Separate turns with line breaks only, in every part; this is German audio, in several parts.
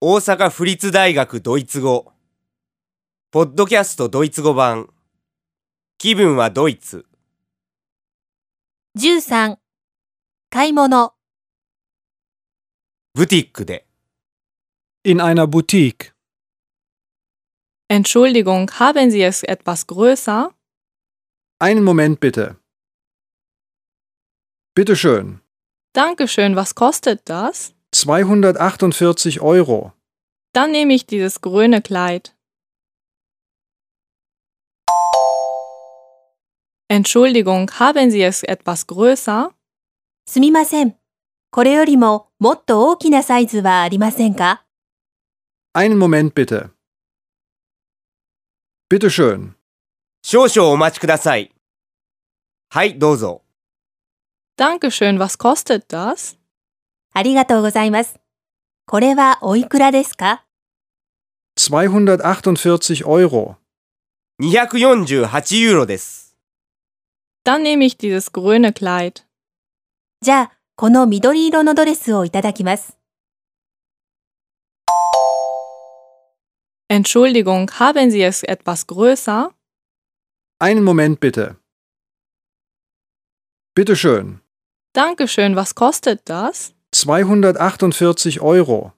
大阪府立大学ドイツ語ポッドキャストドイツ語版気分はドイツ
13買い物
ブティックで
In einer Boutique.
Entschuldigung, haben Sie es etwas größer?
Einen Moment bitte. Bitte schön.
Dankeschön, was kostet das?
248 Euro.
Dann nehme ich dieses grüne Kleid. Entschuldigung, haben Sie es etwas größer?
すみません。これよりももっと大きなサイズはありませんか
Einen Moment bitte. Bitte schön.
少々お待ちくださいはいどうぞ
Dankeschön, was kostet das?
ありがとうございます。これはおいくらですか
248 Euro.
248ユーロです
Dann nehme ich dieses grüne Kleid.
じゃあ、この緑色のドレスをいただきます。
Entschuldigung, haben Sie es etwas größer?
Einen Moment bitte. Bitte schön.
Dankeschön, was kostet das?
248 Euro.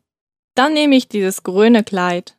Dann nehme ich dieses grüne Kleid.